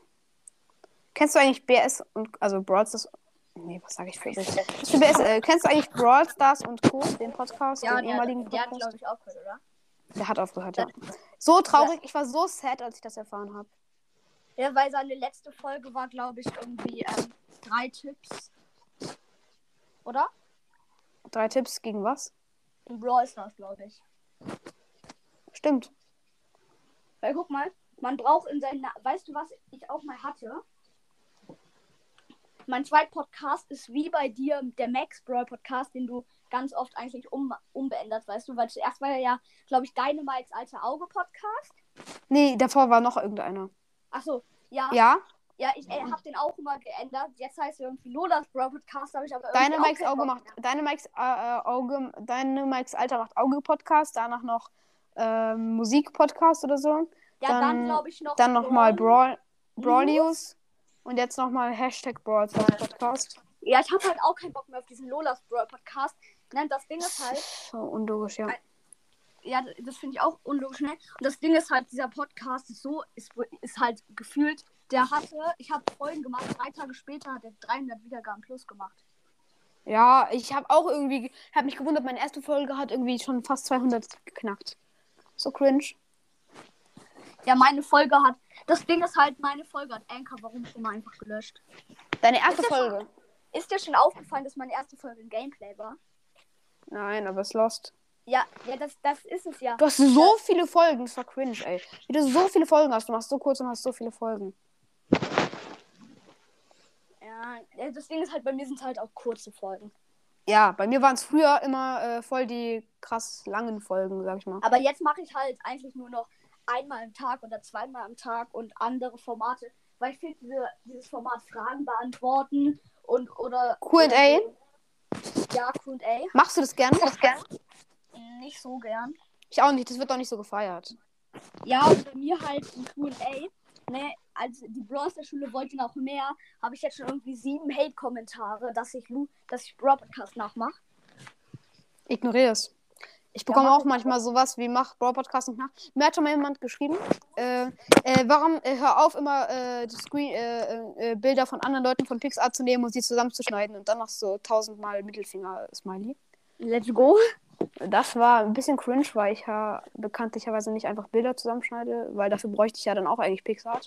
S1: Kennst du eigentlich BS und also Brawl Stars? Nee, was sage ich für BS? Bist du BS äh, kennst du eigentlich Brawl Stars und Co. den Podcast,
S2: Ja,
S1: den
S2: der,
S1: ehemaligen
S2: der hat,
S1: Podcast?
S2: glaube ich, aufgehört, oder?
S1: Der hat aufgehört, ja. So traurig, ich war so sad, als ich das erfahren habe.
S2: Ja, weil seine letzte Folge war, glaube ich, irgendwie ähm, drei Tipps. Oder?
S1: Drei Tipps gegen was?
S2: In Brawl Stars, glaube ich.
S1: Stimmt.
S2: Weil guck mal, man braucht in seinen. Na- Weißt du, was ich auch mal hatte? Mein zweiter Podcast ist wie bei dir der Max Brawl Podcast, den du ganz oft eigentlich um, umbeändert, weißt du? Weil zuerst war ja, glaube ich, deine Mikes alte Auge Podcast.
S1: Nee, davor war noch irgendeiner.
S2: Achso, ja. Ja,
S1: Ja,
S2: ich äh, habe den auch immer geändert. Jetzt heißt er irgendwie Lolas Brawl Podcast, habe ich aber irgendwie
S1: deine
S2: auch
S1: Mikes
S2: keinen
S1: Auge
S2: Bock
S1: macht,
S2: mehr.
S1: deine Mikes äh, äh, Auge, deine Mikes Alter macht Auge Podcast, danach noch ähm, Musik Podcast oder so,
S2: Ja, dann,
S1: dann-
S2: glaube ich noch.
S1: dann nochmal
S2: Brawl-
S1: Brawl Brawlius und jetzt nochmal Hashtag Brawl Stars Podcast.
S2: Ja, ich habe halt auch keinen Bock mehr auf diesen Lolas Brawl Podcast. Nein, das Ding ist halt.
S1: So unlogisch, ja.
S2: ja, das finde ich auch unlogisch. Ne? Und das Ding ist halt, dieser Podcast ist so, ist, ist halt gefühlt, der hatte, ich habe Folgen gemacht, drei Tage später hat er 300 Wiedergaben plus gemacht.
S1: Ja, ich habe auch irgendwie, habe mich gewundert, meine erste Folge hat irgendwie schon fast 200 geknackt. So cringe.
S2: Ja, meine Folge hat, das Ding ist halt, meine Folge hat Anchor, warum schon mal einfach gelöscht.
S1: Deine erste
S2: Ist das schon-
S1: Folge?
S2: Ist dir schon aufgefallen, dass meine erste Folge ein Gameplay war?
S1: Nein, aber es lost.
S2: Ja, ja das, das ist es ja.
S1: Du hast so viele Folgen, das war cringe, ey. Wie du so viele Folgen hast, du machst so kurz und hast so viele Folgen.
S2: Ja, ja, das Ding ist halt, bei mir sind es halt auch kurze Folgen.
S1: Ja, bei mir waren es früher immer äh, voll die krass langen Folgen, sag ich mal.
S2: Aber jetzt mache ich halt eigentlich nur noch einmal am Tag oder zweimal am Tag und andere Formate, weil ich finde diese, dieses Format Fragen beantworten und oder
S1: Q&A?
S2: oder- Ja, Q&A
S1: Machst du das gerne?
S2: nicht so gern.
S1: Ich auch nicht, das wird doch nicht so gefeiert.
S2: Ja, und bei mir halt ein Q&A. Ne, als die Bronze Schule wollte noch mehr, habe ich jetzt schon irgendwie sieben Hate Kommentare, dass ich Lu, dass ich Brawl Podcast nachmache.
S1: Ignoriere es. Ich bekomme
S2: mach
S1: auch manchmal sowas wie mach Brawl Podcast nicht nach. Mir hat schon mal jemand geschrieben, äh, äh, warum äh, hör auf immer äh, die Screen, äh, äh, Bilder von anderen Leuten von Pixar zu nehmen und sie zusammenzuschneiden und dann noch so tausendmal Mittelfinger Smiley.
S2: Let's go.
S1: Das war ein bisschen cringe, weil ich ja bekanntlicherweise nicht einfach Bilder zusammenschneide, weil dafür bräuchte ich ja dann auch eigentlich Pixar.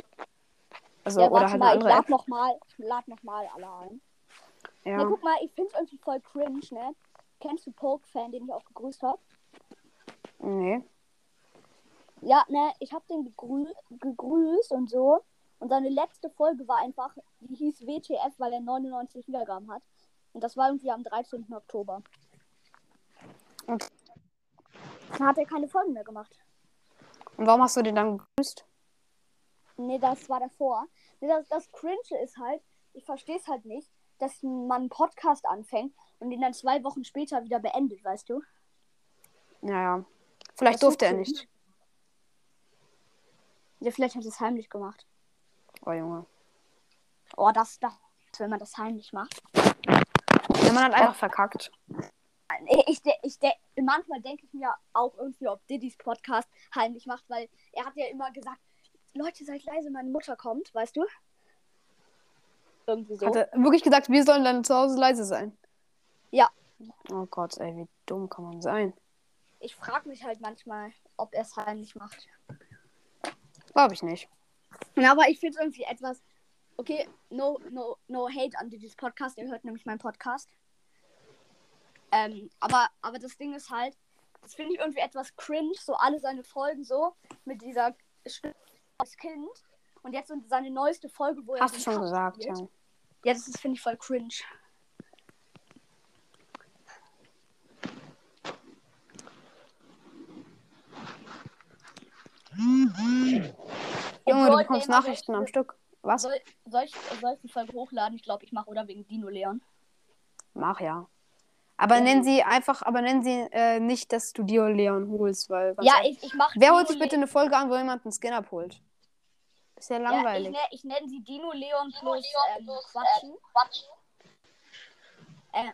S1: Also
S2: ja,
S1: oder
S2: warte
S1: halt
S2: mal,
S1: eine
S2: ich
S1: andere App.
S2: lad noch mal, ich lad noch mal alle ein. Ja.
S1: Ja.
S2: guck mal, ich find's irgendwie voll cringe, ne? Kennst du Poke-Fan, den ich auch gegrüßt hab?
S1: Nee.
S2: Ja, ne, ich hab den gegrü gegrüßt und so. Und seine letzte Folge war einfach, die hieß WTF, weil er 99 Wiedergaben hat. Und das war irgendwie am 13. Oktober.
S1: Und-
S2: Dann hat er keine Folgen mehr gemacht.
S1: Und warum hast du den dann gegrüßt?
S2: Nee, das war davor. Nee, das, das Cringe ist halt, ich verstehe es halt nicht, dass man einen Podcast anfängt und ihn dann zwei Wochen später wieder beendet, weißt du?
S1: Naja. Vielleicht
S2: Das ist
S1: durfte er
S2: so
S1: nicht.
S2: Ja, vielleicht hat er es heimlich gemacht.
S1: Oh Junge.
S2: Oh, das, das, wenn man das heimlich macht.
S1: Ja, man hat einfach verkackt.
S2: Ich, ich, de- ich de manchmal denke ich mir auch irgendwie, ob Diddy's Podcast heimlich macht, weil er hat ja immer gesagt, Leute, seid leise, meine Mutter kommt, weißt du? Irgendwie so.
S1: Hat er wirklich gesagt, wir sollen dann zu Hause leise sein.
S2: Ja.
S1: Oh Gott, ey, wie dumm kann man sein?
S2: Ich frage mich halt manchmal, ob er es heimlich macht.
S1: Glaube ich nicht.
S2: Ja, aber ich finde es irgendwie etwas. Okay, no, no, no hate an dieses Podcast. Ihr hört nämlich meinen Podcast. Ähm, aber, aber das Ding ist halt, das finde ich irgendwie etwas cringe, so alle seine Folgen so mit dieser Stimme als Kind. Und jetzt und seine neueste Folge, wo er.
S1: Hast du
S2: den
S1: schon
S2: Cup
S1: gesagt, ja.
S2: spielt. Ja, das finde ich voll cringe.
S1: Junge, du
S2: Brawl
S1: bekommst
S2: Gamer
S1: Nachrichten am Stück. Was?
S2: Soll, soll, ich, soll ich die Folge hochladen? Ich glaube, ich mache oder wegen Dino Leon.
S1: Mach ja. Aber
S2: Ja.
S1: nennen sie einfach, aber nennen sie äh, nicht, dass du Dio Leon holst, weil. ganz
S2: Ja,
S1: ehrlich-
S2: ich, ich mache.
S1: Wer holt sich bitte eine Folge an, wo jemand einen Skin abholt? Ist ja
S2: langweilig?
S1: langweilig.
S2: Ja, ich, ne, ich nenne sie Dino Leon plus ähm, Quatschen. Äh,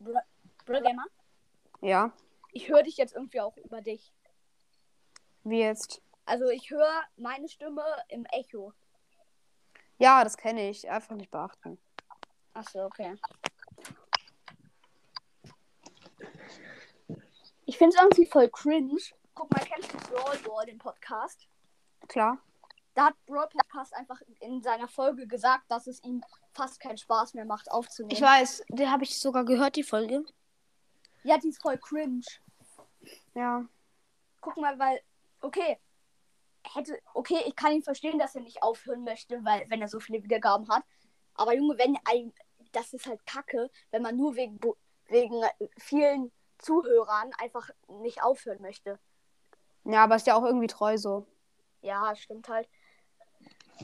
S2: Bro, Bro Gamer,
S1: ja,
S2: ich höre dich jetzt irgendwie auch über dich.
S1: wie jetzt?
S2: Also ich höre meine Stimme im Echo.
S1: Ja, das kenne ich. Einfach nicht beachten.
S2: Achso, okay. Ich finde es irgendwie voll cringe. Guck mal, kennst du Brawl Ball, den Podcast?
S1: Klar.
S2: Da hat Brawl Podcast einfach in seiner Folge gesagt, dass es ihm fast keinen Spaß mehr macht, aufzunehmen.
S1: Ich weiß, die habe ich sogar gehört, die Folge.
S2: ja, die ist voll cringe.
S1: Ja.
S2: Guck mal, weil, okay, hätte, okay, ich kann ihn verstehen, dass er nicht aufhören möchte, weil, wenn er so viele Wiedergaben hat. Aber Junge, wenn ein, das ist halt kacke, wenn man nur wegen, Bo- wegen vielen Zuhörern einfach nicht aufhören möchte.
S1: Ja, aber ist ja auch irgendwie treu so.
S2: Ja, stimmt halt.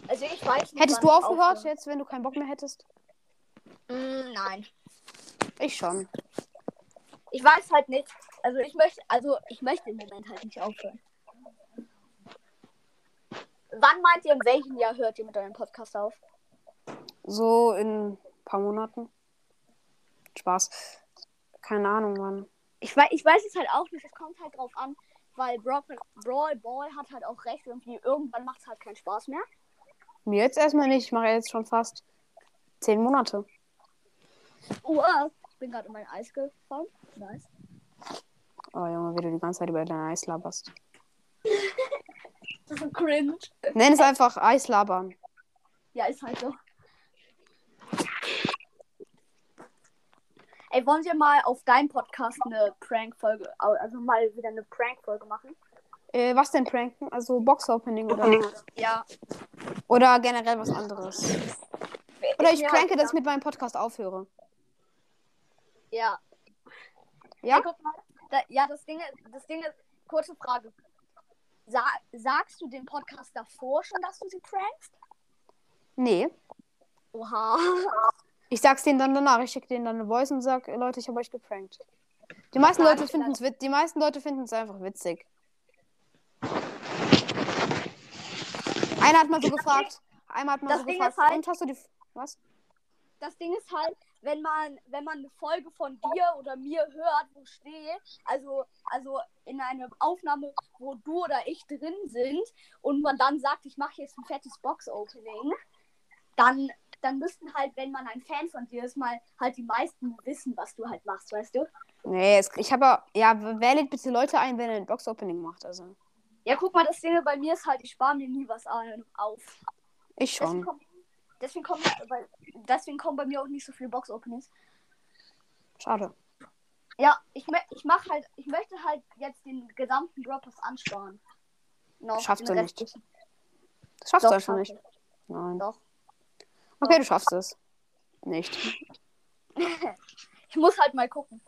S2: Also ich weiß nicht.
S1: Hättest
S2: wann
S1: du
S2: ich
S1: aufgehört
S2: aufhöre.
S1: jetzt, wenn du keinen Bock mehr hättest?
S2: Mm, nein.
S1: Ich schon.
S2: Ich weiß halt nicht. Also ich möchte, also ich möchte im Moment halt nicht aufhören. Wann meint ihr, in welchem Jahr hört ihr mit eurem Podcast auf?
S1: So in ein paar Monaten. Spaß. Keine Ahnung, wann.
S2: Ich weiß, ich weiß es halt auch nicht. Es kommt halt drauf an, weil Brawl, Brawl Ball hat halt auch recht. Irgendwie irgendwann macht es halt keinen Spaß mehr.
S1: Mir jetzt erstmal nicht. Ich mache jetzt schon fast zehn Monate.
S2: Uah, ich bin gerade in mein Eis gefallen. Nice.
S1: Oh Junge, wie du die ganze Zeit über dein Eis laberst.
S2: Das ist so cringe.
S1: Nenn es einfach Eis labern.
S2: Ja, ist halt so. Ey, wollen wir mal auf deinem Podcast eine Prank-Folge, au- also mal wieder eine Prank-Folge machen?
S1: Äh, was denn pranken? Also Box-Opening oder,
S2: Ja.
S1: oder generell was anderes. Oder ich pranke, dass ich mit meinem Podcast aufhöre.
S2: Ja.
S1: Ja?
S2: Ey, guck mal, da, ja, das Ding, ist- das Ding ist, kurze Frage. Sa sagst du dem Podcast davor schon, dass du sie prankst?
S1: Nee.
S2: Oha.
S1: Ich sag's denen dann danach. Ich schicke denen dann eine Voice und sag, äh, Leute, ich habe euch geprankt. Die meisten
S2: Ja,
S1: Leute
S2: ich
S1: finden es wit die meisten Leute finden es einfach witzig. Einer hat mal so gefragt. Einmal hat man
S2: Das
S1: so
S2: Ding
S1: gefragt.
S2: ist halt-
S1: und hast du die was?
S2: Das Ding ist halt, wenn man, wenn man eine Folge von dir oder mir hört, wo stehe, also, also in einer Aufnahme, wo du oder ich drin sind und man dann sagt, ich mache jetzt ein fettes Box-Opening, dann, dann müssten halt, wenn man ein Fan von dir ist, mal halt die meisten wissen, was du halt machst, weißt du?
S1: Nee, es, ich habe ja, ja, wer lädt bitte Leute ein, wenn er ein Box-Opening macht? Also,
S2: Ja, guck mal, das Ding bei mir ist halt, ich spare mir nie was ein- auf.
S1: ich
S2: Deswegen
S1: schon.
S2: kommen, deswegen, kommen, weil- deswegen kommen bei mir auch nicht so viele Box-Openings.
S1: Schade.
S2: Ja, ich, mö- ich mach halt, ich möchte halt jetzt den gesamten Dropbox ansparen. Noch
S1: Schaffst
S2: den
S1: du
S2: Rest-
S1: nicht. Das schaffst
S2: Doch,
S1: du einfach
S2: schaff
S1: nicht.
S2: ich.
S1: Nein.
S2: Doch.
S1: Okay, du schaffst es. Nicht.
S2: Ich muss halt mal gucken.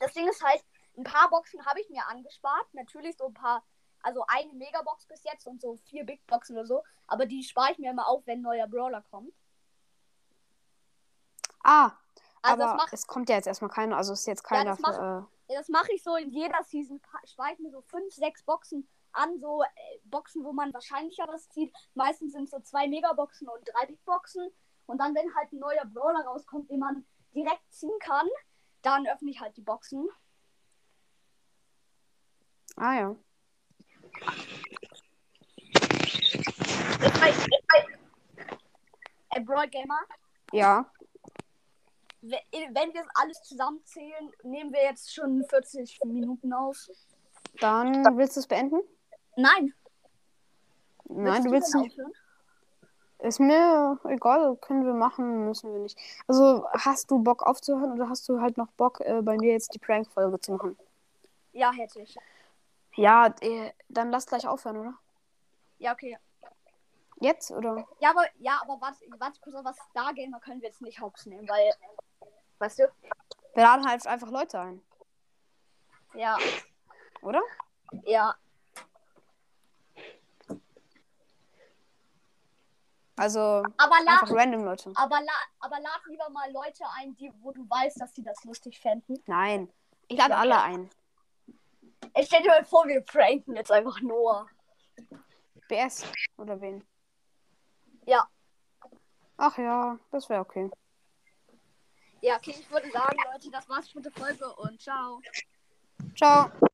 S2: Das Ding ist halt, ein paar Boxen habe ich mir angespart. Natürlich so ein paar, also eine Megabox bis jetzt und so vier Big Boxen oder so. Aber die spare ich mir immer auf, wenn ein neuer Brawler kommt.
S1: Ah,
S2: Also das
S1: aber
S2: macht
S1: es kommt ja jetzt erstmal keiner. Also ist jetzt keiner.
S2: das macht-
S1: für,
S2: Ja, das mache ich so in jeder Season. pa- Spare ich mir so fünf, sechs Boxen an, so äh, Boxen, wo man wahrscheinlicher was zieht. Meistens sind so zwei Megaboxen und drei Big Boxen. Und dann, wenn halt ein neuer Brawler rauskommt, den man direkt ziehen kann, dann öffne ich halt die Boxen.
S1: äh, ah ja.
S2: Ey, halt Brawl Gamer,
S1: Ja.
S2: we- wenn wir alles zusammenzählen, nehmen wir jetzt schon 40 Minuten auf.
S1: Dann willst du es beenden?
S2: Nein.
S1: Nein, du genau.
S2: denn
S1: willst nicht.
S2: aufhören?
S1: Ist mir egal, können wir machen, müssen wir nicht. Also hast du Bock aufzuhören oder hast du halt noch Bock, äh, bei mir jetzt die Prank-Folge zu machen?
S2: Ja, hätte ich.
S1: Ja, äh, dann lass gleich aufhören, oder?
S2: Ja, okay.
S1: Jetzt oder?
S2: Ja, aber, ja, aber warte, warte kurz, was Stargamer können wir jetzt nicht hops nehmen, weil. Weißt du?
S1: Wir laden halt einfach Leute ein,
S2: Ja,
S1: oder?
S2: ja.
S1: Also
S2: Aber
S1: einfach
S2: lad,
S1: random Leute.
S2: aber, la, aber lad lieber mal Leute ein, die, wo du weißt, dass sie das lustig fänden.
S1: Nein, ich lade alle ein.
S2: Ich stell dir mal vor, wir pranken jetzt einfach Noah.
S1: BS oder wen?
S2: Ja.
S1: Ach ja, das wäre okay.
S2: Ja, okay, ich würde sagen, Leute, das war's mit der Folge und ciao.
S1: Ciao.